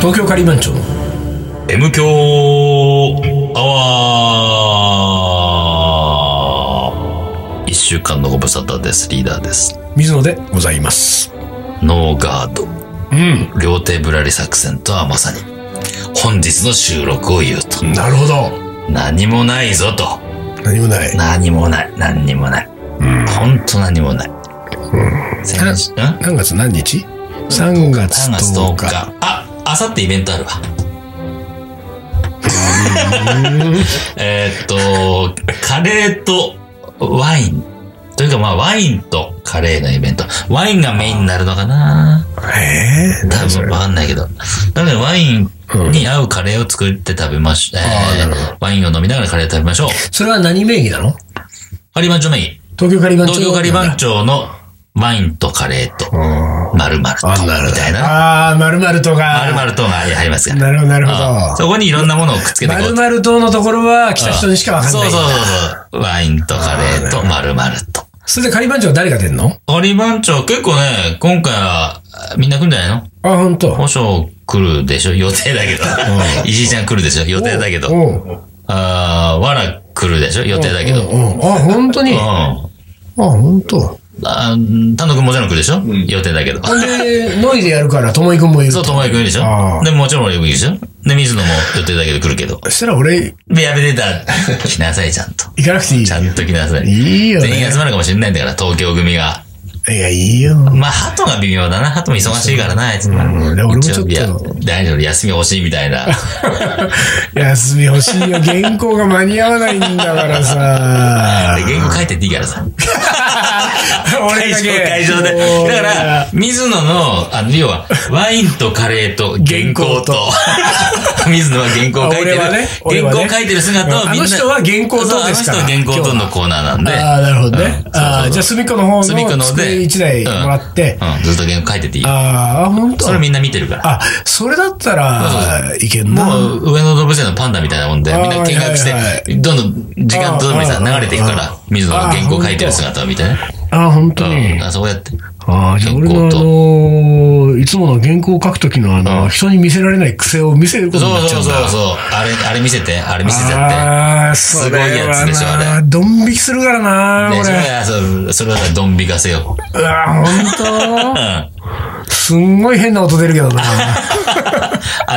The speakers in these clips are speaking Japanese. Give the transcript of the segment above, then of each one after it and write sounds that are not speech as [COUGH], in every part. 係番長の M 強アワー一週間のご無沙汰です。リーダーです。水野でございます。ノーガード。うん。両手ぶらり作戦とはまさに、本日の収録を言うと。なるほど。何もないぞと。何もない。何もない。何にもない。うん。ほんと何もない。先週、ん何月何日 ?3 月 ?3 月10 10日。日。あ、あさってイベントあるわ。 [LAUGHS] えーっと、カレーとワイン。というかまあワインとカレーのイベント。ワインがメインになるのかなええ多分わかんないけど。なのでワインに合うカレーを作って食べましょう。あーなるえーワインを飲みながらカレーを食べましょう。それは何名義なのカリバンチョメイン。東京カリバン長東京カリバン町のワインとカレーと、まるまると、みなるほどたいな。ああ、まるまるとまか。るまるとが入りますから。なるほど、なるあほあど。そこにいろんなものをくっつけてまこうる。まる島のところは来た人にしかわかんない。そうそうそうそう。ワインとカレーと、まるまると。それでカリバン長誰が出んのカリバン町結構ね、今回は、みんな来るんじゃないのあ、ほんと。保証来るでしょ予定だけど。石井ちゃん来るでしょ予定だけど。おうあーわら来るでしょ予定だけど。うん。おうあ、ほんとに。あ、あほんと。ー丹野くんもちろん来るでしょ予定だけど。ほんで、ノイでやるから、ともいくんもいるそう、。友也くんいるでしあょーで、もちろん俺もいるでしょで、水野も予定だけど来るけど。そしたら俺、で、やめてた。来なさい、ちゃんと。行かなくていいち。ゃんと来なさい。いいよね全員集まるかもしれないんだから、東京組が。いや、いいよ。 [LAUGHS] まあ、鳩が微妙だな。鳩も忙しいからな、あいつも。んで俺もちょっと日曜日や大丈夫、休み欲しいみたいな。休み欲しいよ。原稿が間に合わないんだからさ [LAUGHS] で。原稿書いてっていいからさ。俺会だ場、け会場で。そうだから、水野の、あの、要は、ワインとカレーと原稿と、 [LAUGHS] 水野は原稿を書いてるあ俺はね。俺は原ね稿を書いてる姿をあみんのな。人は原稿そうとですからあの人は原稿とのコーナーなんで。ああ、なるほどうんそうねそう。あそあ、うじゃあ、隅っこの方隅っこのの方机で。 1台うんもらって。うん、ずっと原稿書いてっていい。ああ、本当それみんな見てるから。あ、それだったら、いけんな。もう上野動物園のパンダみたいなもんで、あーみんな見学しはいはいはて、どんどん時間とともにさ、あー流れていくかあらー、水野が原稿書いてる姿を見てね。ああ、本当うにん。。あそうやって。ああ、じゃあ俺原の稿あとのー、いつもの原稿を書くときのあうの、ん人に見せられない癖を見せることにそなっうちそゃううんだ。そうそう。あれ、あれ見せて、あれ見せちゃって。ああ、それすごいやつでしょはなあドン引きするからな、ね、こそれれ。は、そうそれはドン引かせよう。うわ、うほんん。あとすんごい変な音出るけどな。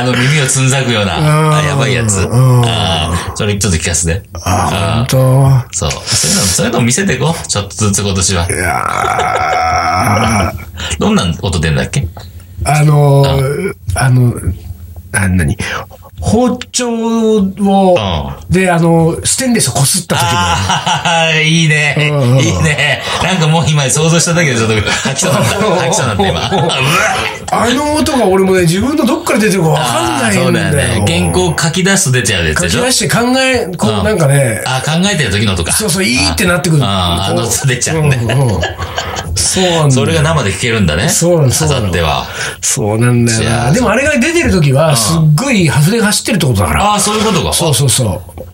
の耳をつんざくよううんな、あやばいやつ。うんあーそれちょっと聞かせて。ああー、ほんと。そう。そういうの、そういうの見せてこう。ちょっとずつ今年は。いやーどんな音出んだっけあのー、あの、あ、なに包丁をう、で、あの、ステンレスをこすった時の。ああ、いいね。うんうんいいね。なんかもう今想像しただけでちょっと吐きそうになった。吐きそうになった今。うわあの音が俺もね、自分のどっから出てるかわかんあなーいそんうだだよ。よね。原稿書き出すと出ちゃうや書つできしょ出して考え、こううんなんかね、あー、考えてる時のとか。そうそう、いいってなってくる。あーあの音出ちゃうねんんそうなんだ。それが生で聞けるんだね。そうなのそうなのあさっては。そうなんだよじゃな。あでもあれが出てる時は、すっごい外れ走ってるってことだから。ああ、そういうことか。そうそうそう。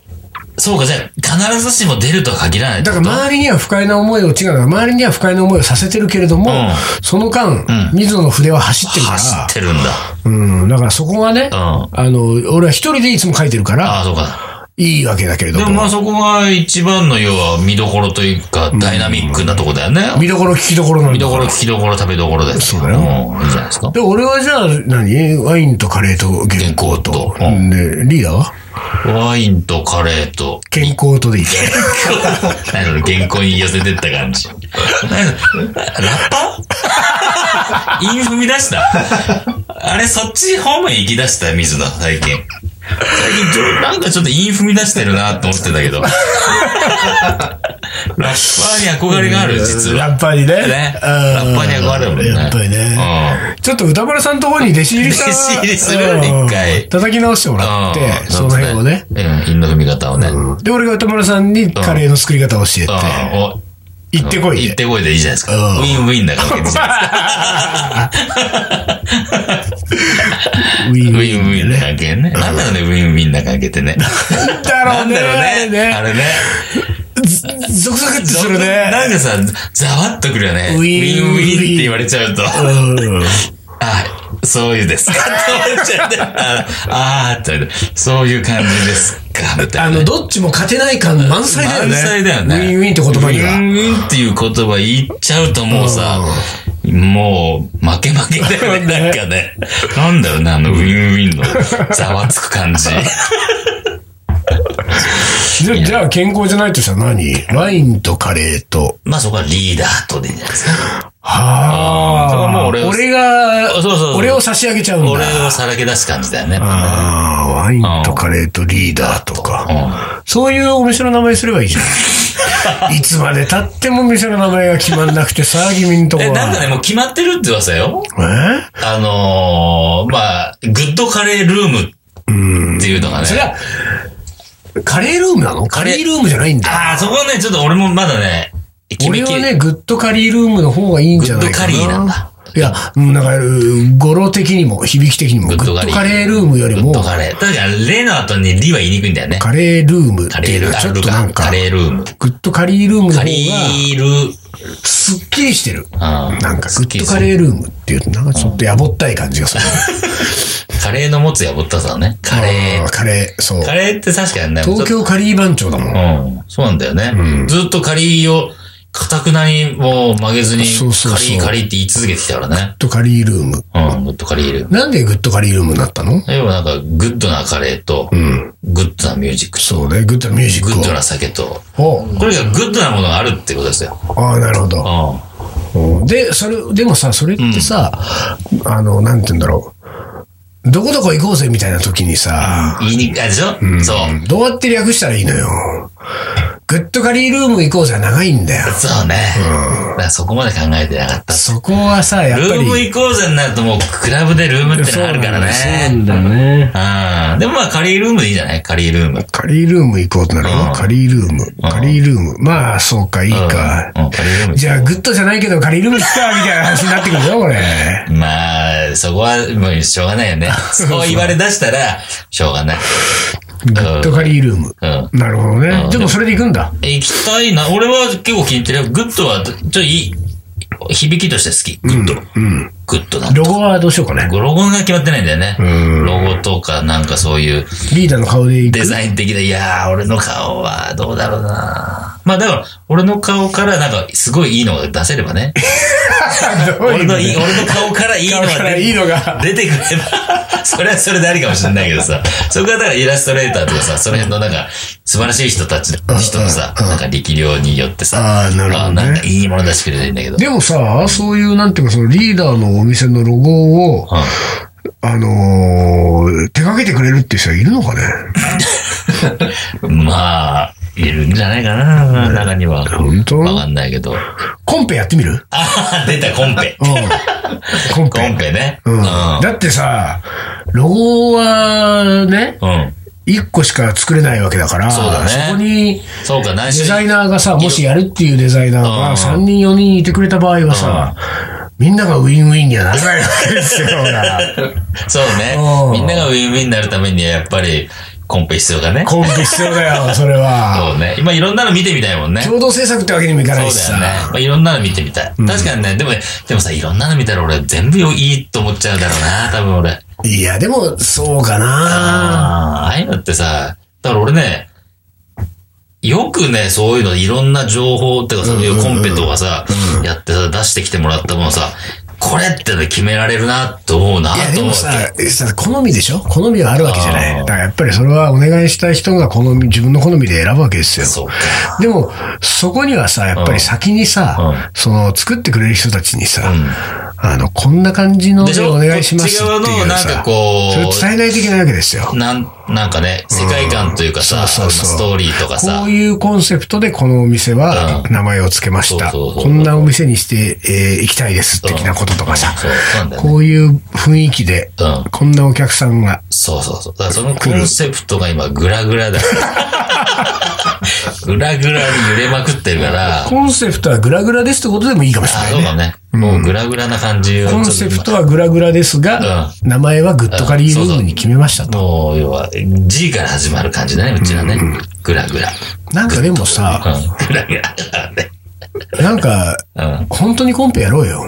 そうか、じゃあ、必ずしも出るとは限らないってだこかと。ら周りには不快な思いを、違うな、周りには不快な思いをさせてるけれども、んその間、水野の筆は走ってるから。走ってるんだ。うん。だからそこはね、うんあの、俺は一人でいつも書いてるから、ああ、そうか。いいわけだけれどでも。もまあそこが一番の要は見どころというか、ダイナミックなとこだよね。見どころ聞きどころなんだ見どころ、聞きどころ、食べどころで。そうだよん。いいじゃないですか。で、俺はじゃあ何、ワインとカレーと原稿と。原稿とうんで、リーダーはワインとカレーと、健康とでいい。何その原稿に寄せてった感じ。何ラッパー韻踏み出したあれ、そっち方面行き出した、水野、最近。最近ちょ、なんかちょっと韻踏み出してるなと思ってたけど。ラッパーに憧れがある、実は。ラッパーにね。ね。うんラッパーに憧れるもんね。やっぱりね。うん。ちょっと歌丸さんのところに弟子入りした。弟子入りするうん一回叩き直してもらってう、んその辺をね。。うん、韻の踏み方をね。うん。で、俺が歌丸さんにカレーの作り方を教えて、お行ってこい行っで。てこいでいいじゃないですか。うんウィンウィンな関係じゃウィンウィンないですか。ウィンウィンな関係ね。なんだろうね、ウィンウィンな関係ってね。だろなうんね。だろうね。あれね。ゾクゾクってするなんね。かさ、ざわっとくるよね。ウウィィンンウィンウィンって言われちゃうと。うんあ、そういうですか。 [LAUGHS] って思っちゃって、ああーって言われて、そういう感じですか、みたあいな。の、どっちも勝てない感満載だよね。満載だよねウィンウィンって言葉にウは。ィンウィンっていう言葉言っちゃうともうさ、もう、負け負けだよ [LAUGHS] ね、なんかね。なんだろうね、あの、ウィンウィンのざわつく [LAUGHS] 感じ。じゃじゃあ、健康じゃないとしたら何ワインとカレーと。まあそこはリーダーとでいいんじゃないですか。はあーそれはもうあ。俺を俺が、そうそうそう俺を差し上げちゃうんだ。俺をさらけ出す感じだよね。ああ、ワインとカレーとリーダーとか。そういうお店の名前にすればいいじゃ [LAUGHS] ん。いつまで経っても店の名前が決まんなくて騒ぎみんとこえ、は。なんかね、もう決まってるって噂よ。えあのー、まあ、グッドカレールームっていうのがね。それは、カレールームなのカレールームじゃないんだ。ああ、そこはね、ちょっと俺もまだね、決め俺きはれね、グッドカリールームの方がいいんじゃないかな。グッドカリーなんだ。いや、うんなんか、うん語呂的にも、響き的にも、グッドカレールームよりグッも、ドカレー。確かに、レの後にリは言いにくいんだよね。カレールームっカていうレールのーはちょっム。となんかカ、レールーム。グッドカリールームの方カが、リール、すっきりしてる。あーなんか、すグっきッりドすカるレールームっていうと、なんかちょっとやぼったい感じがする。カレーの持つやぼったさをね。カレあーカレー、そうー。。カレーって確かにね、東京カリー番長だもん。うん。そうなんだよね。ずっとカリーを、かたくなにもう曲げずに、そうそうそうカリーカリーって言い続けてきたからねグッ。ドカリールーム。うん、グッドカリーいる。なんでグッドカリールームになったの要はなんか、グッドなカレーと、グッドなミュージックと、そうね、グッドミュージッグクッドな酒と、を。おこれがグッドなものがあるってことですよ。ああ、なるほど。うで、それ、でもさ、それってさ、あの、なんて言うんだろう。どこどこ行こうぜみたいな時にさ、ん。言いにくい、あ、でしょそう。どうやって略したらいいのよ。グッドカリールーム行こうぜは長いんだよ。そうね。だからそこまで考えてなかった。そこはさ、やっぱルームり。行こうぜになるともう、クラブでルームってのがあるからね。だね。うん。でもまあ、カリールームでいいんじゃないカリールーム。カリールーム行こうってなるうんのカリールーム。カリールーム。まあ、そうか、いいか。うん、カリールーム。じゃあ、グッドじゃないけど、カリールーム行くか、みたいな話になってくるよ、これ。まあ、そこは、もう、しょうがないよね。 [LAUGHS] そう言われ出したら、しょうがない。グッドカリールーム。うん。なるほどうねん。でも、それで行くんだ。行きたいな。俺は結構聞いてるよ。グッドは、ちょっといい。響きとして好き。グッド。うん。グッドだ。ロゴはどうしようかね。ロゴが決まってないんだよね。ロゴとか、なんかそういう、リーダーの顔で行くデザイン的な、いやー、俺の顔は、どうだろうな。まあ、だから、俺の顔から、なんか、すごいいいのが出せればね。俺のいい、俺の顔からいいのが顔から出いいのが出てくれば、それはそれでありかもしれないけどさ、そこはだからイラストレーターとかさ、その辺のなんか、素晴らしい人たち、人のさ、なんか力量によってさ、あーなるほどねあんかいいもの出してくれるんだけど。でもさ、そういう、なんていうか、そのリーダーのお店のロゴを、あのー手掛けてくれるっていう人はいるのかねうんまあ、いるんじゃないかな、中には。本当わかんないけど。コンペやってみ [LAUGHS] るあー出た、コン [LAUGHS] ペ。うん。コンコペ。ンペね。う。うんん。だってさ、ロゴはね、うん。一個しか作れないわけだから、そうだねそこに、そうか、何デ種ザ類。イナーがさ、もしやるっていうデザイナーうんが3人4人いてくれた場合はさ、みんながウィンウィンにはならないわけですよ、ほら。そうねう。んみんながウィンウィンになるためには、やっぱり、コンペ必要だね。コンペ必要だよ、それ [LAUGHS] は。そうね。今いろんなの見てみたいもんね。共同制作ってわけにもいかないしそうさ。だよね。まあ、いろんなの見てみたい。確かにね、でも、でもさ、いろんなの見たら俺全部いいと思っちゃうだろうな、多分俺。いや、でも、そうかな。ああ、ああいうのってさ、だから俺ね、よくね、そういうの、いろんな情報っていうか、そういうコンペとかさ、やってさ、出してきてもらったものさ、これっての決められるな、と思うな、いや、とで思もうさ、さ好みでしょ好みはあるわけじゃなあい。ーだからやっぱりそれはお願いしたい人が好み、自分の好みで選ぶわけですよ。そうか。でも、そこにはさ、やっぱり先にさ、うその、作ってくれる人たちにさ、うんあの、こんな感じのでしょお願いしますってこっち側いのうなんさか、こうそれを伝えないといけないわけですよ。なん、なんかね、世界観というかさ、そうそうそうストーリーとかさこう、いうコンセプトでこのお店はう名前を付けました。そうそうそうこんなお店にしてえー行きたいです的なこととかさうんそうなんだ。よねこういう雰囲気でうん、こんなお客さんが。そうそうそう。だからそのコンセプトが今グラグラだ。 [LAUGHS] グラグラに揺れまくってるから、コンセプトはグラグラですってことでもいいかもしれあ、なそいうね。かね。もうグラグラな感じをコンセプちトはグラグラですが、名前はグッドカリールームに決めましたょっと。ともう、要は、G から始まる感じだね、うちらね。グラグラ。なんかでもさ、うん。グラグラだからね。なんか、うん本当にコンペやろうよ。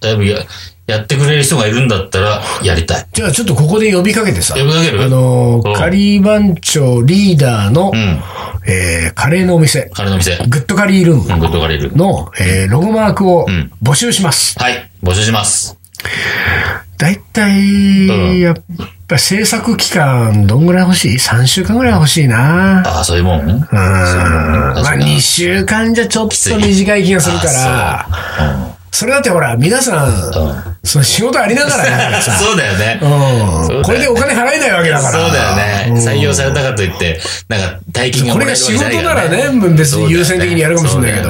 だいぶや、やってくれる人がいるんだったら、やりたい。じゃあちょっとここで呼びかけてさ。呼びかけるあのうんー、カリー番長リーダーの、うん。えー、カレーのお店、彼の店。グッドカリールーうムん、ぶっとかれる。の、えー、ロゴマークをん募集します。はい、募集します。だいたんい、やっぱ制作期間どんぐらい欲しい ?3 週間ぐらい欲しいなああ、そういうもんううん。ん。まあ確かに2週間じゃちょっついと短い気がするから。それだってほら、皆さん、その仕事ありながらだ [LAUGHS] からさ。そうだよね。そうだうよん。これでお金払えないわけだから。そうだよね。採用されたかといって、なんか、大金がこもれらえが仕るわけじゃ事いなからね、別に優先的にやるかもしれないけど。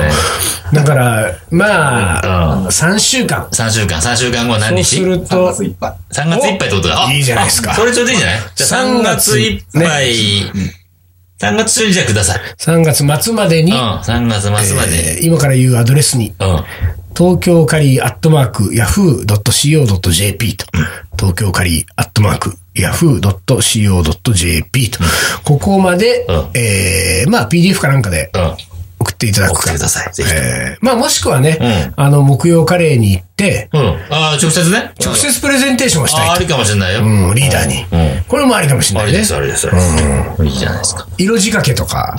だから、まあ、3週間。 3週間、3週間後何そう日する3と、月いっぱい。 ?3 月いっぱいってことだ。あいいじゃないですかあそれちょうどいいんじゃないじゃあ3 3月月いっぱい、3月中にじゃあください。 3月末までにうん、、3月末まで。えー今から言うアドレスに、うん。東京カリーアットマーク、ヤフー .co.jp と、東京カリーアットマーク、ヤフー .co.jp と、ここまでうん、えーまあ PDF かなんかでうん。送っていただく送っかてく。ださい。ぜひ。えーまあもしくはね、うあの、木曜カレーに行って、うん。ああ、直接ね。直接プレゼンテーションをしああ、たあいりかもしれないよ。と。うん、リーダーにうん。これもありかもしれあなれいねで。す、あれです、あれです。いいじゃないですか。色仕掛けとか。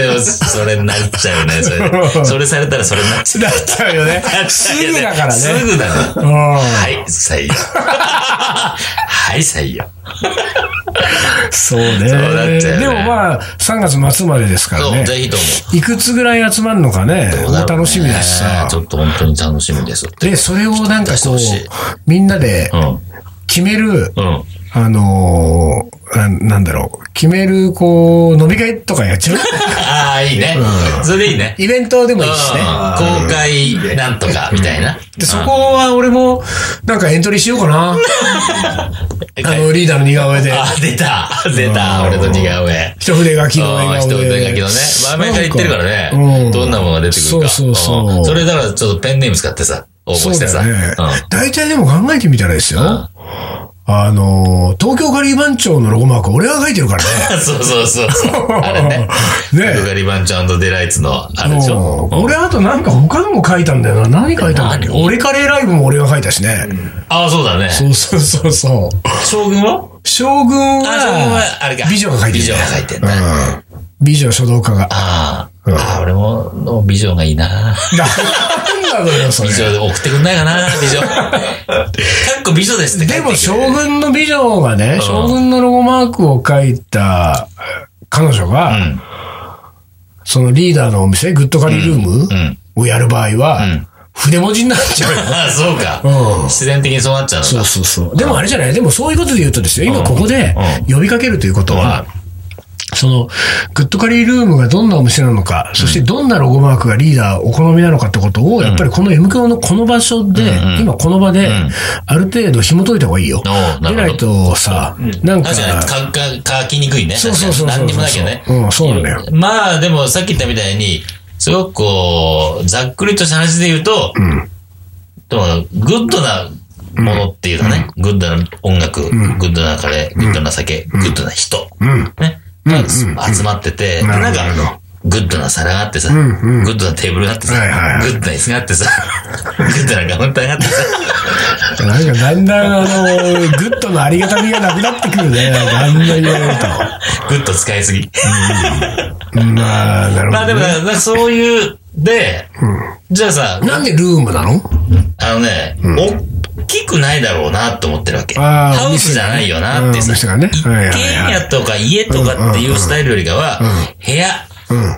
でもそれになっちゃうね、それ。それされたらそれになっちゃなっちゃうよねう。。 [LAUGHS] すぐだからね。すぐだうんね。はい、採用。はい、採用。そうそうなっちゃうよねね。でもまあ、3月末までですからそう、ね。ぜひとも。いくつぐらい集まるのかね。どうだろうね楽しみだしさち。ょっと本当に楽しみです。で、それをなんかこ、来てほしいうみんなでうん。決める、うん。あのー、ななんだろう。決める、こう、飲み会とかやっち [LAUGHS] ゃうああ、いいね。それでいいね。イベントでもいいしね。うん公開なんとかみたいな。で、そこは俺も、なんかエントリーしようか [LAUGHS] な。うんあの、リーダーの似顔絵で。あ、出た出た俺の似顔絵。一筆書きのあ笑あ、一顔で。言だけどね。前々から言ってるからうね。んどんなものが出てくるか。そうそうそうんそれだからちょっとペンネーム使ってさ、応募そうしてださ。よねうん。 [LAUGHS] 大体でも考えてみたらですよ。んあの、東京カリー番長のロゴマーク俺が書いてるからね。そうそうそうそう。 [LAUGHS] あれね。ねブガリバンチデライツの、あれでしょ。うん俺あとなんか他のも書いたんだよな。何書いたんだっけ俺カレーライブも俺が書いたしね。ああ、そうだね。そうそうそうそう。将軍は将軍ああ、将軍はは、、あれか。美女が書いてる美女が書いてんだ。あうん美女書道家が。あ。ああ、俺も、の [LAUGHS] 美女がいいな。なんだろうよ、それ美。女で送ってくんないかな、[LAUGHS] 美女。かっこ美女ですって書でいてくもれ将軍の美女がね、将軍のロゴマークを書いた彼女が、うん。そのリーダーのお店、グッドカリールームうん。をやる場合は、ん筆文字になっちゃうよ。ああ、そうかう。ん自然的にそうなっちゃうのか。そうそう。でもあれじゃないでもそういうことで言うとですよ、今ここで呼びかけるということは、その、グッドカリールームがどんなお店なのか、そしてどんなロゴマークがリーダーお好みなのかってことを、やっぱりこの M 響のこの場所で、今この場で、ある程度紐解いた方がいいよ。おうなるほどでないとさ、なんか、確かに、か、か、乾きにくいね。そうそうそうそう確かに何にもなきゃね。うんそうなんだよまあ、でもさっき言ったみたいに、すごくこう、ざっくりとした話で言うと、でもグッドなものっていうかね、グッドな音楽、グッドなカレー、グッドな酒、グッドな人、ね、が集まってて、でなるほなんどなるほか、グッドな皿があってさ、グッドなテーブルがあってさ、はいはいはいグッドな椅子があってさ、 [LAUGHS] グッドなカウンターがあってさ、なんかだんだんあの、グッドのありがたみがなくなってくるね。なんかあんな言われるグッド使いすぎ。と。まあ、なるまあほでどもね、な、なんかそういう、で、じゃあさ、なんでルームなのあのね、おっきくないだろうなと思ってるわけ。あーハウスじゃないよなってうんお店さ、がね一はいはいはい軒家とか家とかっていうスタイルよりかは、部屋、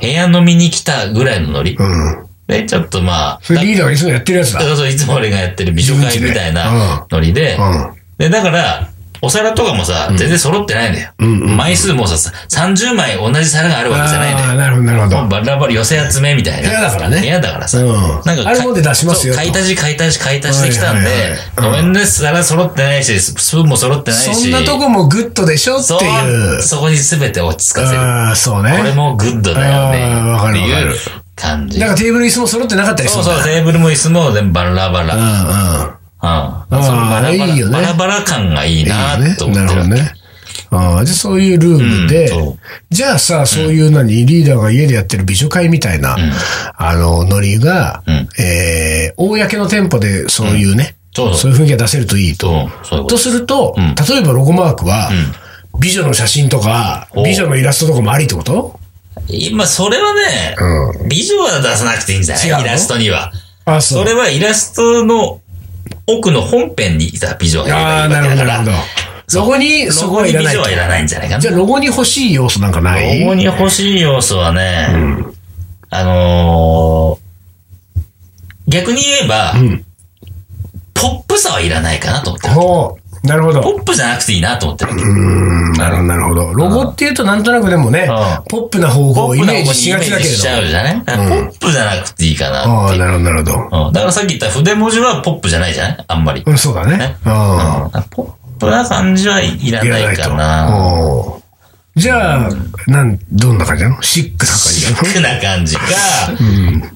部屋飲みに来たぐらいのノリ。うん。で、ちょっとまあ、それリーダーがいつもやってるやつだだ。からそういつも俺がやってる美女会みたいなノリでうん、で、だから、お皿とかもさ、全然揃ってないんだよ。枚数もさ、30枚同じ皿があるわけじゃないんだよああー、。なるほど、なるほど。バラバラ寄せ集めみたいな。部屋だからね部屋だからさ。うんなんか、あれもで出しますよそう買い足し買い足し買い足しできたんではいはいはい、ごめんね、皿揃ってないし、ススプーンも揃ってないし。そんなとこもグッドでしょっていそうう、。そこに全て落ち着かせる。ああ、そうね。これもグッドだよあーわかね。るってわかるいう感じ。なんかテーブル椅子も揃ってなかったりすそるうんだそう、テーブルも椅子も全部バラバラ。うん。そのバラバラいいよねバラバラ感がいいなとうん。な思っるてほるど。ね。ああ、じゃあそういうルームでうんそう、じゃあさ、そういう何、リーダーが家でやってる美女会みたいな、あの、ノリが、えー公の店舗でそういうね、そうそういう雰囲気が出せるといいと。そうそういうこととすると、ん例えばロゴマークは、美女の写真とか、お美女のイラストとかもありってこと今、それはね、美女は出さなくていいんじゃない違うのイラストには。あ、そそれはイラストの奥の本編にいた美女がいれああ、ばないいるほわけど、だなかるら。ほど。ロゴにそそここはいにら美ない女。はいらないんじゃないかなじゃ。あロゴに欲しい要素なんかないロゴに欲しい要素はね、あのー、逆に言えば、んポップさはいらないかなと思ってる。ほう。なるほど。ポップじゃなくていいなと思ってる。うん、なるほど、なるほど。ロゴっていうとなんとなくでもねうん、ポップな方向ポをッイプなメージ方にしイがメちーだけジれしちどゃも。うじゃね。だからポップじゃなくていいかな。ああ、なるほど、なるほど。うんだからさっき言った筆文字はポップじゃないじゃないあんまり。うん、そうだねね。うん。うんポップな感じはいらいらなないいとかな。。おーじゃあ、なん、どんな感じなのシックな感じシなのックな感じか、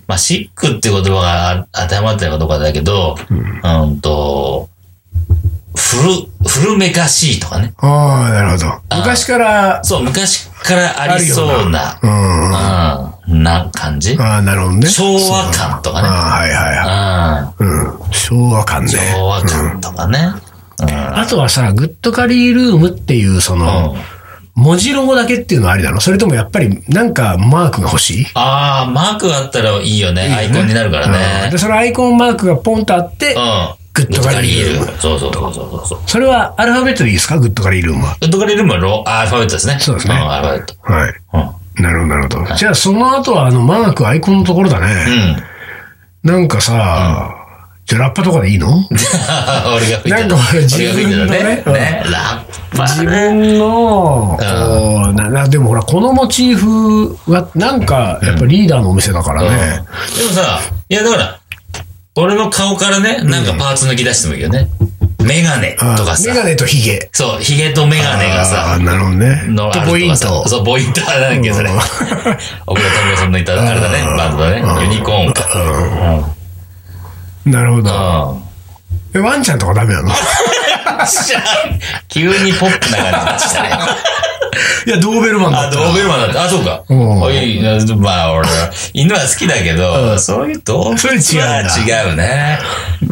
まあシックって言葉が当てはまってるかどうかだけど、うん、と、古、古めかしいとかね。ああ、なるほど。昔から、そう、昔からありそうな、うん。あうん、な感じ。うん。あ、なるほどね。昭和感とかねそうああ、はいはいはい。うん。昭和感ね。昭和感とかね。あとはさ、グッドカリールームっていう、その、うん文字ロゴだけっていうのはありなのそれともやっぱり、なんかマークが欲しいああ、マークがあったらいいよね。アイコンになるからうんで、ね。そのアイコンマークがポンとあってう、ん。グッドガリールームそうそうそうそうそう。それはアルファベットでいいですかグッドカリールームは。グッドガリールームはロアルファベットですね。そうですねんアルファベット。はい。うん。なるほど、なるほど。じゃあ、その後は、あの、マーク、アイコンのところだね。うん。なんかさ、じゃあラッパとかでいいの [LAUGHS] 俺が吹いてなんる。か俺自俺が吹い分てのるねね。うんね。ラッパ自ーね。分の、こうななでもほら、このモチーフは、なんか、やっぱリーダーのお店だからね。でもさ、いやだから、俺の顔からね、なんかパーツ抜き出してもいいよね。メガネとあかさメ。ガネとヒゲ。そう、ヒゲとメガネがあさー、なるほどね。のあとるポインかさト。そう、ポイントはなんだっけ、それ。う [LAUGHS] 奥ん田民生さんのいた、あれだね、バンドだね。ユニコーンか。うん [LAUGHS] なるほど。うん。えワンちゃんとかダメ [LAUGHS] なのい急にポップな感じでしたね。や、ドーベルマンだあ、ったドーベルマンだった。あ、そうか。うんおいなまあ、俺、犬は好きだけど、そういう動物それ違うはんだ違うね。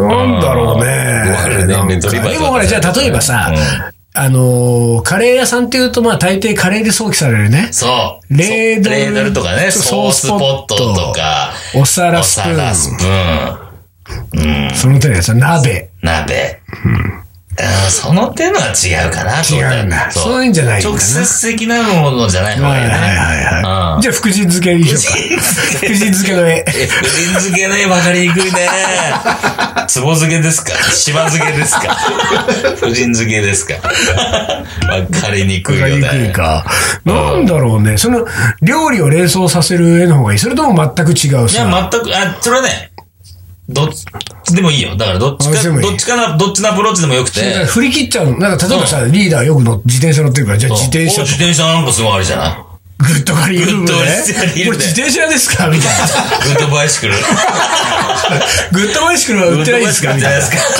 なんだろうゴールね。デなンんレトリバーかでもほら、じゃあ例えばさうん、あのー、カレー屋さんっていうと、まあ大抵カレーで想起されるね。そう。レードルそうレードルとかね、ソソーーススポポッットトとか、お皿おスプ皿スーン。プーン、その手のやつは鍋。鍋。うんその手のは違うかなと思った違うんだそうそういうんじゃないんだな直接的なものじゃない方はがいいいはいね。はいはうんい。じゃあ、福神漬けにしようか。福神漬けの絵。え、福神漬けね、わかりにくいね。つぼ漬けですかしば漬けですか福神漬けですかわかりにくわいかよりにくいね。か。なんだろうね。その、料理を連想させる絵の方がいい。それとも全く違ういさ。や、全く、あ、それはね、どっちでもいいよ。だから、どっちあか、でもいいどっちかな、どっちのアプローチでもよくて。だから振り切っちゃうの。なんか、例えばさ、リーダーよくの自転車乗ってるから、じゃあ自転車おと自転車なんかすごいあれじゃないグッドカリールームね。こグッドれカリールームね自転車ですかみたいな。グッドバイシクル。グッドバイシクル [LAUGHS] は売ってないですか売っみてなたいいでな。すか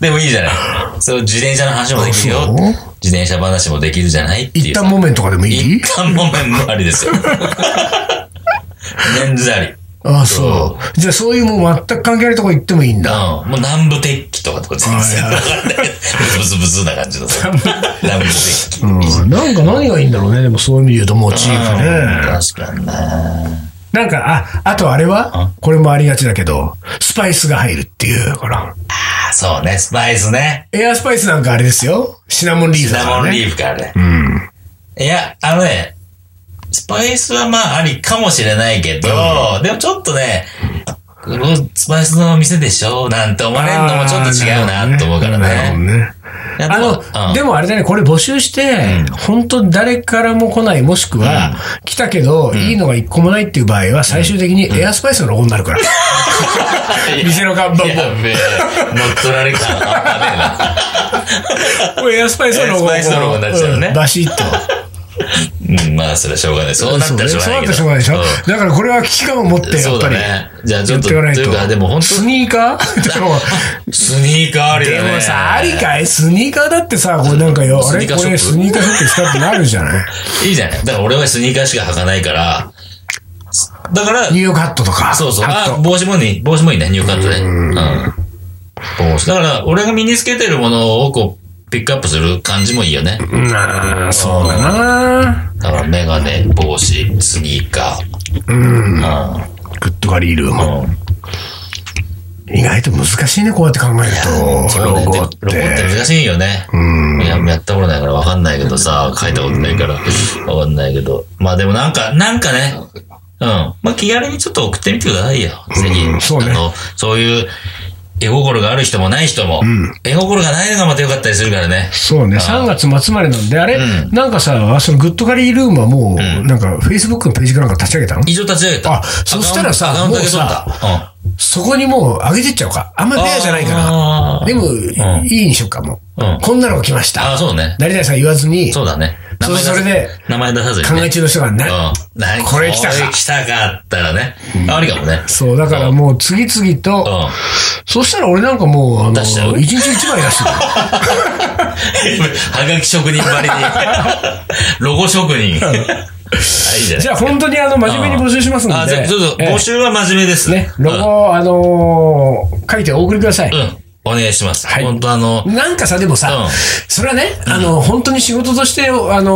でもいいじゃない。そう、自転車の話もできるよあそう。自転車話もできるじゃないってい一うさ。旦もめんとかでもいい一旦もめんもありですよ。 [LAUGHS] 全然あり。ああ、そう。じゃあ、そういうもう全く関係ないとこ行ってもいいんだ。うん。もう南部鉄器とかとか全然はわいかんない。ブツブツな感じのさ。南部鉄器。うんなんか何がいいんだろうね。でもそういう意味で言うと、モチーフね。確かにね。なんか、あ、あとあれはこれもありがちだけど、スパイスが入るっていう、ほら。あそうね、スパイスね。エアスパイスなんかあれですよ。シナモンリーフシだナかモらンね。リーフからね。いや、あのね、スパイスはまあありかもしれないけど、でもちょっとね、このスパイスの店でしょなんて思われるのもちょっと違うなと思うからなるほね。どね。やっぱあうの、んでもあれだね、これ募集して、本当誰からも来ない、もしくは、来たけど、いいのが一個もないっていう場合は、最終的にエアスパイスのロゴになるから。店の看板やべえ、乗っ取られ感半端も。エアスパイスのロゴ。エアスパイスのロゴになっちゃうねんバシッと。ねえな。うん、まあそれはしょうがない。そうなったらしょうがないそうねそうなっけど。たらしょうがないでしょ。だからこれは危機感を持って、うんそやうっぱり。だね。じゃあち言ょっっと、てといかないと。いうか、でも本当スニー [LAUGHS] カーでもスニーカーありでだね。もさ、ありかいスニーカーだってさ、これなんかよ、あスれニーカーこれショップスニーカーショップ使ってなるじゃないいいじゃない。だから俺はスニーカーしか履かないから、だからニ、ューヨークハットとか。そうそう。ハッあ、ト。帽子もいい。帽子もいいね。ニューカットで。うん。と思うし。だから、俺が身につけてるものをこう、ピックアップする感じもいいよね。なあ、そうだな。だから、メガネ、帽子、スニーカうん。ー。グッドガリールーム。うん。うん。意外と難しいね、こうやって考えると。そうねロでゴロっゴってて。難しいよね。うん。いや、やったことないから分かんないけどさ、書いたことないから分かんないけど。まあでもなんか、なんかね、うん。まあ気軽にちょっと送ってみてくださいよ。ぜひ。うんそうねあの、そういう、絵心がある人もない人も、ん絵心がないのがまた良かったりするからね。そうね、3月末までなんで、あれ、うなんかさ、そのグッドガリールームはもう、んなんか、Facebook のページかなんか立ち上げたの以上立ち上げた。あそしたらさアカウントアカウントもうださけ取った。そこにもう上げてっちゃおうか。あんまうん。フェアじゃないから。らでも、んいいにしようか、もう、うんこんなのが来ました。ああ、そうね。誰々さん言わずに、そうだね。そう出さそれで名前出さずに考ね。え中の人がな、うん。なこれ来たかこれ来たかったらね。ありかもね。そう、だからもう次々うと、ん。そしたら俺なんかもう、あの、出しちゃう一日一枚出してる。 [LAUGHS] はがき職人ばりに。 [LAUGHS] ロゴ職人。あい [LAUGHS] いじゃじない。ゃあ本当にあの、真面目に募集しますので。あ、じゃあ、そうそう、ええ募集は真面目です。ね、ロゴを、あのー書いてお送りください。うん。うん。お願いします。はい本当あの、なんかさ、でもさ、うんそれはね、あの、本当に仕事として、あの、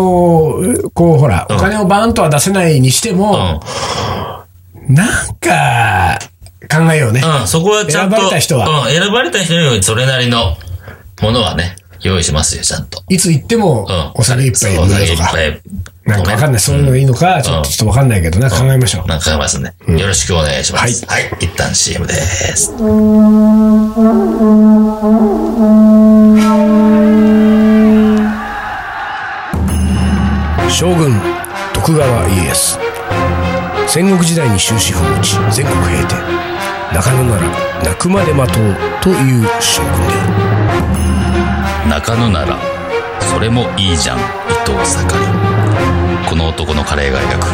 こう、ほら、お金をバーンとは出せないにしても、なんか、考えようね。うん、そこはちゃんと、選ばれた人はうん、選ばれた人にそれなりのものはね、用意しますよ、ちゃんと。いつ行ってもうん、。お酒いっぱいそうお飲む酒いとっか。ぱい。なんかわかんない。そういうのがいいのか、ちょっとちょっとわかんないけどな、考えましょう。なんか考えますね。よろしくお願いします。はい。一旦 CM です。将軍徳川家康戦国時代に終止符を打ち全国平定中野なら泣くまで待とうという将軍である中野ならそれもいいじゃん伊藤盛この男のカレーが描く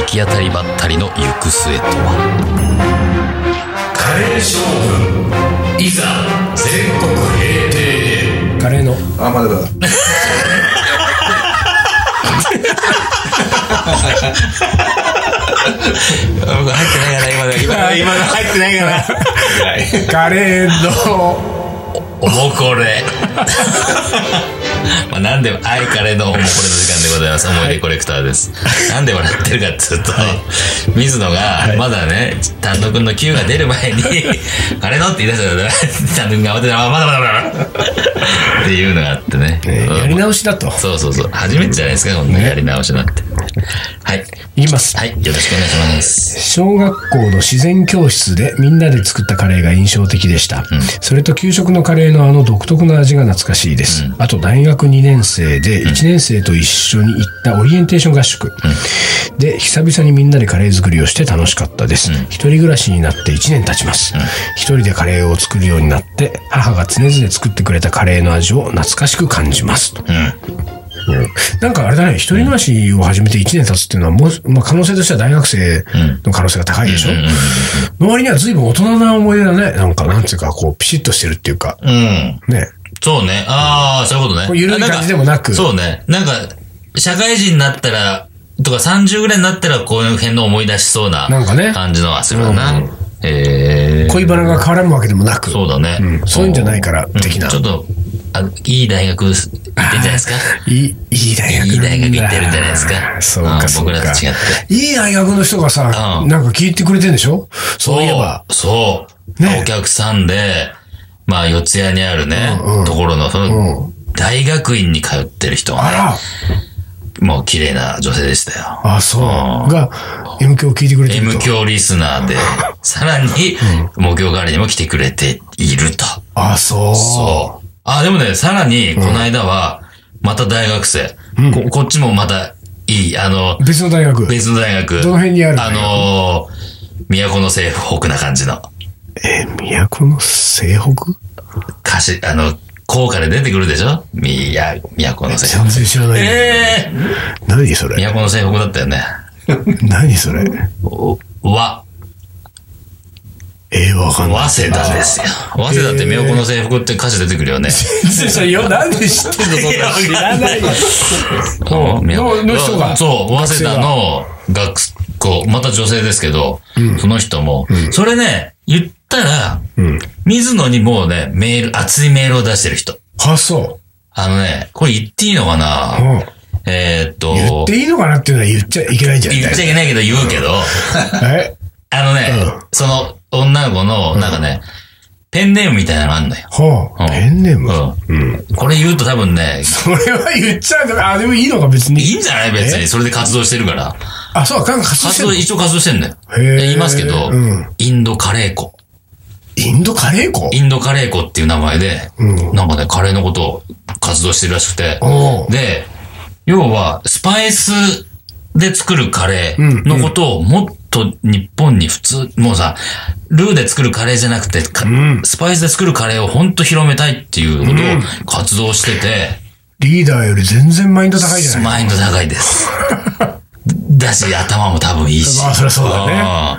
行き当たりばったりの行く末とはカレー将いざ全国平定軍カレーのあ、まだだ。 [LAUGHS] 僕入ってないから今だ今だ入ってないから [LAUGHS] カレーのおもこれ [LAUGHS] まあ何でも愛カレーのおもこれの時間でございます思い出コレクターです、なんで笑ってるかっていうと、水野がまだね丹野くんの Q が出る前 [LAUGHS] に「カレーの?」って言い出したから [LAUGHS] 丹野くんが慌てて「あまだまだまだまだ」っていうのがあってね、うんやり直しだとそうそうそう初めてじゃないですかこんなやり直しなんてはいいきますはいよろしくお願いします小学校の自然教室でみんなで作ったカレーが印象的でした、それと給食のカレーのあの独特な味が懐かしいです、あと大学2年生で1年生と一緒に行ったオリエンテーション合宿、で久々にみんなでカレー作りをして楽しかったです、一人暮らしになって1年経ちます、一人でカレーを作るようになって母が常々作ってくれたカレーの味を懐かしく感じますとうんなんかあれだね、一人暮らしを始めて1年経つっていうのは、もう、まあ、可能性としては大学生の可能性が高いでしょ、の割には随分大人な思い出だね。なんか、なんつうか、こう、ピシッとしてるっていうか、うんね。そうね。ああ、そういうことこね。う緩い感じでもなくんかそうね。なんか、社会人になったら、とか30ぐらいになったらこういう辺の思い出しそうななんかね感じのはするよな。ええ恋バナが絡むわけでもなく、そうだね。んそういうんじゃないからうん的なちょっと、あのいい大学行ってんじゃないですか。いい、いい大学なんだ。いい大学行ってるんじゃないですかそううんか、そうか。。僕らと違っていい大学の人がさ、うんなんか聞いてくれてんでしょ [LAUGHS] そういえば。そう。ねお客さんで、まあ、四谷にあるね、うんうんところの、その、大学院に通ってる人あがね、ら、もう綺麗な女性でしたよ。あ、そう。が、M 響を聞いてくれてる M と。教リスナーで、さらに、目標代わりにも来てくれていると。あ、そう。そう。あ、でもね、さらに、この間は、また大学生、こ。こっちもまた、いい、あの、別の大学。別の大学。どの辺にあるあのー、都の西北な感じの、え、都の西北歌詞、あの、効果で出てくるでしょみや、都の西全北。然知らない。ええ何それー、都の西北だったよね。何それおわ、えー、わかんない。早稲田ですよ。早稲田って都の西北って歌詞出てくる [LAUGHS] よね。それよ、なんで知ってんのそんなの知らないよ。うんうんのの人がそう、早稲田の学校、また女性ですけど、その人も、それね、言ったら、水野にもうね、メール、熱いメールを出してる人。あ、そあのね、これ言っていいのかう。う。なんえーっと、言っていいのかなっていうのは言っちゃいけないんじゃない言っちゃいけないけど言うけど、えあのね、うその女の子の、なんかね、ペンネームみたいなのがあんのよ。ほうんう。ペンネーム。ううん。ん。これ言うと多分ね、それは言っちゃうから、あ、でもいいのか別いに。いんじゃない別に。それで活動してるから。あ、そう、なんか活動して活ん動、の一応活動してんだよ。へー言いますけど、うんインドカレー粉。インドカレー粉インドカレー粉っていう名前で、うんなんかね、カレーのことを活動してるらしくて、おうで、要は、スパイスで作るカレーのことをもっと日本に普通、もうさ、ルーで作るカレーじゃなくて、かんスパイスで作るカレーをほんと広めたいっていうことを活動してて、リーダーより全然マインド高いじゃないマインド高い [LAUGHS] です。だし、頭も多分いいし。まあそりゃそうだねね。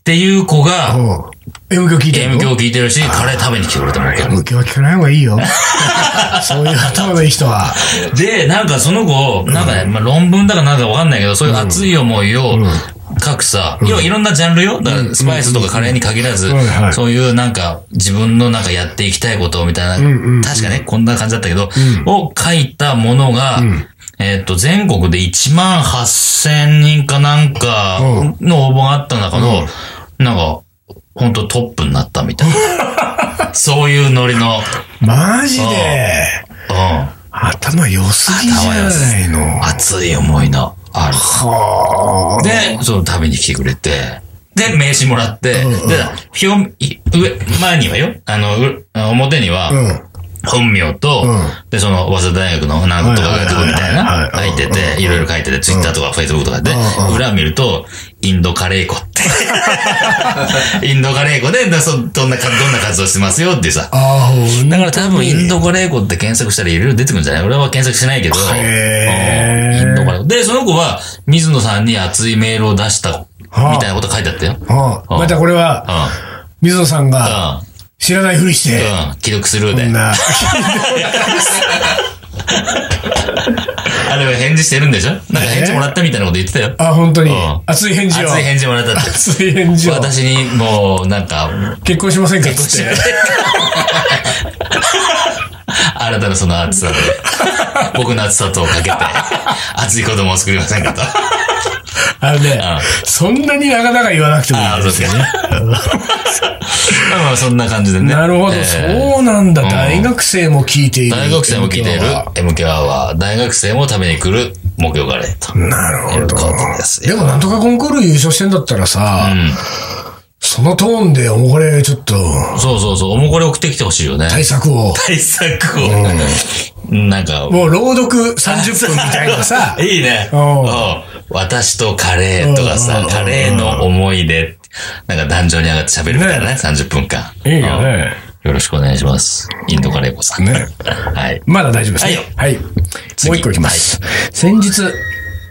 っていう子が、うん。M 響聞いてる M の響聞いてるし、カレー食べに来てくれたもん。 M 響は聞かない方がいいよ。そういう頭のいい人は。で、なんかその後、なんかね、まあ、論文だかなんかわかんないけど、そういう熱い思いを、各さ、いろいろんなジャンルよ。だからスパイスとかカレーに限らずうんはいは、いそういうなんか自分のなんかやっていきたいことみたいんうんうな、ん確かね、こんな感じだったけど、を書いたものが、えっと、全国で1万8000人かなんかの応募があった中の、なんか、ほんとトップになったみたい [LAUGHS] な。そういうノリの、マジで。うん。頭良すぎじゃないの。熱い思いのある。はあ。で、その食べに来てくれて、で、名刺もらって、で、表、い上、前にはよ、あの、う表には、うん。本名と、うんで、その、早稲田大学のなんとか学部みたはいいはいな、はいは書いいてて、いろいろ書いてて、ツイッターとかフェイスブックとかでうんう、ん裏見ると、インドカレー粉って。 [LAUGHS] インドカレー粉で、だそどんなか、どんな活動してますよっていうさ。ああ、ほんだから多分、インドカレー粉って検索したらいろいろ出てくるんじゃない俺は検索しないけど。へーうんインドカレー粉。で、その子は、水野さんに熱いメールを出した、みあたいなこと書いてあったよ。ううん。んまたこれは、水野さんがう知らないふりして、ん。うん。既読スルーこでん。な、あ、でも返事してるんでしょなんか返事もらったみたいなこと言ってたよ。あ、本当にうん、熱い返事を。熱い返事もらったって。熱い返事を。私にもう、なんか、結婚しませんかっつしってて。新たなその暑さで、僕の暑さとをかけて、熱い子供を作りませんかと。あのね、そんなになかなか言わなくてもいい。ああ、そうですかね。 [LAUGHS] まあまあ、そんな感じでね。なるほど、えーそうなんだ。ん大学生も聞いている。大学生も聞いている勉強は MK アワー。大学生も食べに来る木曜カレーと。なるほど。いうことですでもなんとかコンクール優勝してんだったらさ、そのトーンで、おこれ、ちょっと、そうそうそう。おもこれ送ってきてほしいよね。対策を。対策を。なんか、、もう朗読30分みたいな [LAUGHS] さ [LAUGHS] いいね。うんうん私とカレーとかうんさう、んカレーの思い出。なんか壇上に上がって喋るみたいなね、30分間。いいよねうん。よろしくお願いします。インドカレー子さん。ね [LAUGHS] はい。まだ大丈夫ですはいねよ。はい。次もう一個いきます。先日、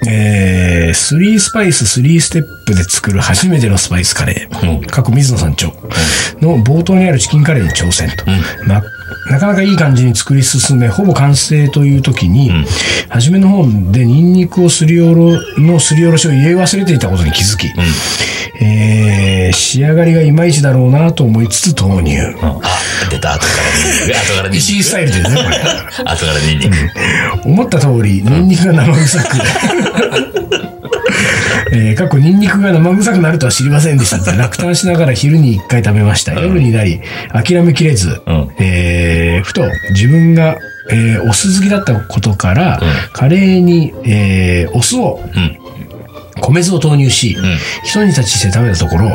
えー、スリースパイススリーステップで作る初めてのスパイスカレうんー、過去水野さん長の冒頭にあるチキンカレーに挑戦と、な、なかなかいい感じに作り進め、ほぼ完成という時に、初めの方でニンニクをすりおろ、のすりおろしを入れ忘れていたことに気づき、えー、仕上がりがいまいちだろうなと思いつつ投入。あ、出た。後からニンニク。後からニンニク。石井スタイルでね、これ。 [LAUGHS] 後からニンニク。思った通り、ニンニクが生臭 [LAUGHS] く。えー、過去ニンニクが生臭くなるとは知りませんでしたって落胆しながら昼に一回食べました。夜になり、諦めきれず、うんえーふと自分が、えーお酢好きだったことから、うんカレーに、えーお酢を、うん。米酢を投入し、うん。一煮立ちして食べたところ、ん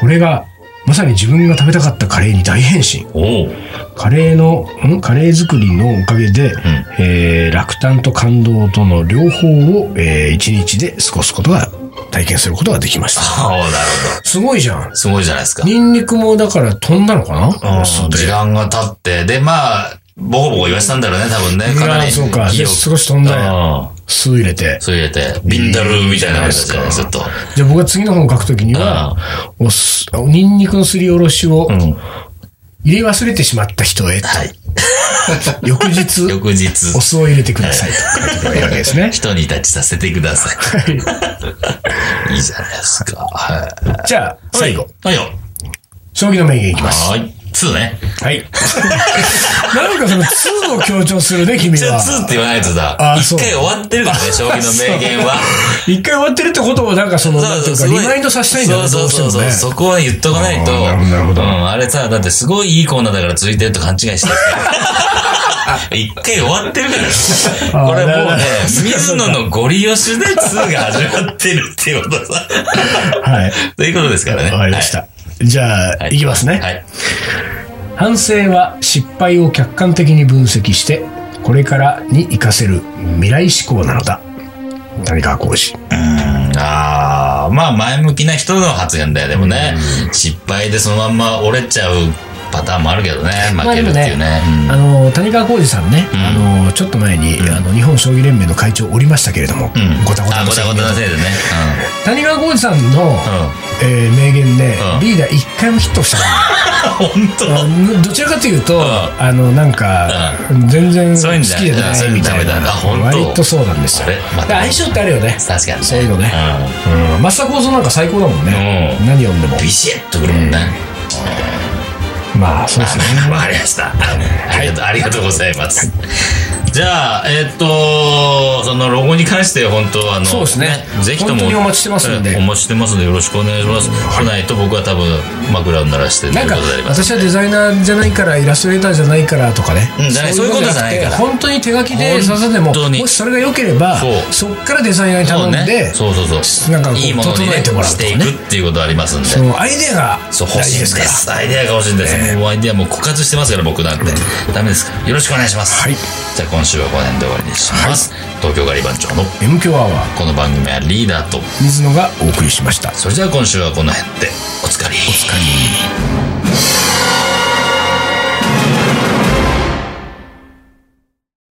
これが、まさに自分が食べたかったカレーに大変身。おう。カレーの、んカレー作りのおかげで、えー落胆と感動との両方を、えー一日で過ごすことが、体験することができました。ああ、なるほすごいじゃんど。。すごいじゃないですか。ニンニクもだから飛んだのかなうん時間が経って、で、まあ、ボコボコ言わしたんだろうね、多分ね。かなあり。あそうか。火で、を少し飛んだよ。うん。酢入れて。そう入れて、ビンダルーみたいな感じだったよね、いいちじょっと。じゃあ僕が次の本を書くときには、おす、ニンニクのすりおろしをうん。入れ忘れてしまった人へと、はい。 [LAUGHS] 翌日、 [LAUGHS] 翌日、お酢を入れてくださいと書いてくればいいわけですね。人に立ちさせてください。 [LAUGHS] いいじゃないですか。はい。じゃあ、最後、はいよ。将棋の名言いきます。はい。 2ね。 [LAUGHS] はい。なんかその2を強調するね、君じゃあは。 2って言わないとさあ、一そう回終わってるからね、将棋の名言は。 [LAUGHS] 一回終わってるってことをなんかその、なんていうか、リマインドさせたいんだよね、そうそうそどうそうう。してそもね。こは言っとかないと。あーなるほどなるほどうん、あれさ、だってすごいいいコーナーだから続いてると勘違いして [LAUGHS] る。一回終わってるから。あーこれもうなるね、ほど水野のゴリ押しで2が始まってるっていうことさ。 [LAUGHS] はい。ということですからね。わかりました。じゃあ、、はいきますね。はい。反省は失敗を客観的に分析して、これからに活かせる未来思考なのだ。谷川浩司。ああ、まあ前向きな人の発言だよ。でもね、失敗でそのまんま折れちゃうパターンもあるけどね、ま負あけでるもっていうね。うんあの、谷川浩司さんね、んあの、ちょっと前に、あの、日本将棋連盟の会長おりましたけれども、うん。ごたごたあのごたごたのせいでね。谷川浩司さんの、うん。うん。えー名言で、うんリーダー一回もヒットしたない。 [LAUGHS] 本当あのどちらかというと、んあの、なんか、全然好そういうんきじゃじゃうんなそういいうみのダたメいだなな。本当割とそうなんですよ。あれまだたから相性ってあるよね。確かにねそういうのね。うん。松田幸三なんか最高だもんね。う何読んでもうん。。ビシッとくるもんね。まあ、そうですね。わかりました。ありがとう、ありがとうございます。じゃあ、えっと、そのロゴに関して、本当、あの、そうですねぜひとも。本当にお待ちしてますんでえお待ちしてますんで、よろしくお願いします。来ないと僕は多分、枕を鳴らしてるとないんうかことであり、ます。私はデザイナーじゃないから、イラストレーターじゃないからとかね。うんじゃないそういうことじゃないからそううことじゃなくて本当に手書きでさせても、本当にもしそれが良ければそう、そっからデザイナーにそ頼うんね。で、そうそうそう。なんかこういいものに、整ね、えてもらうしとかてねいくっていうことありますんで。そのアイデアがそう、大欲し事いんでですから。す。アイデアが欲しいんです。もうアイデアもう枯渇してますから、僕なんて。ダメですかよろしくお願いします。はいじゃあ、今週はこの辺で終わりにします。東京ガリ番長の M 強アワー、この番組はリーダーと、水野がお送りしました。それじゃあ今週はこの辺でおつかり。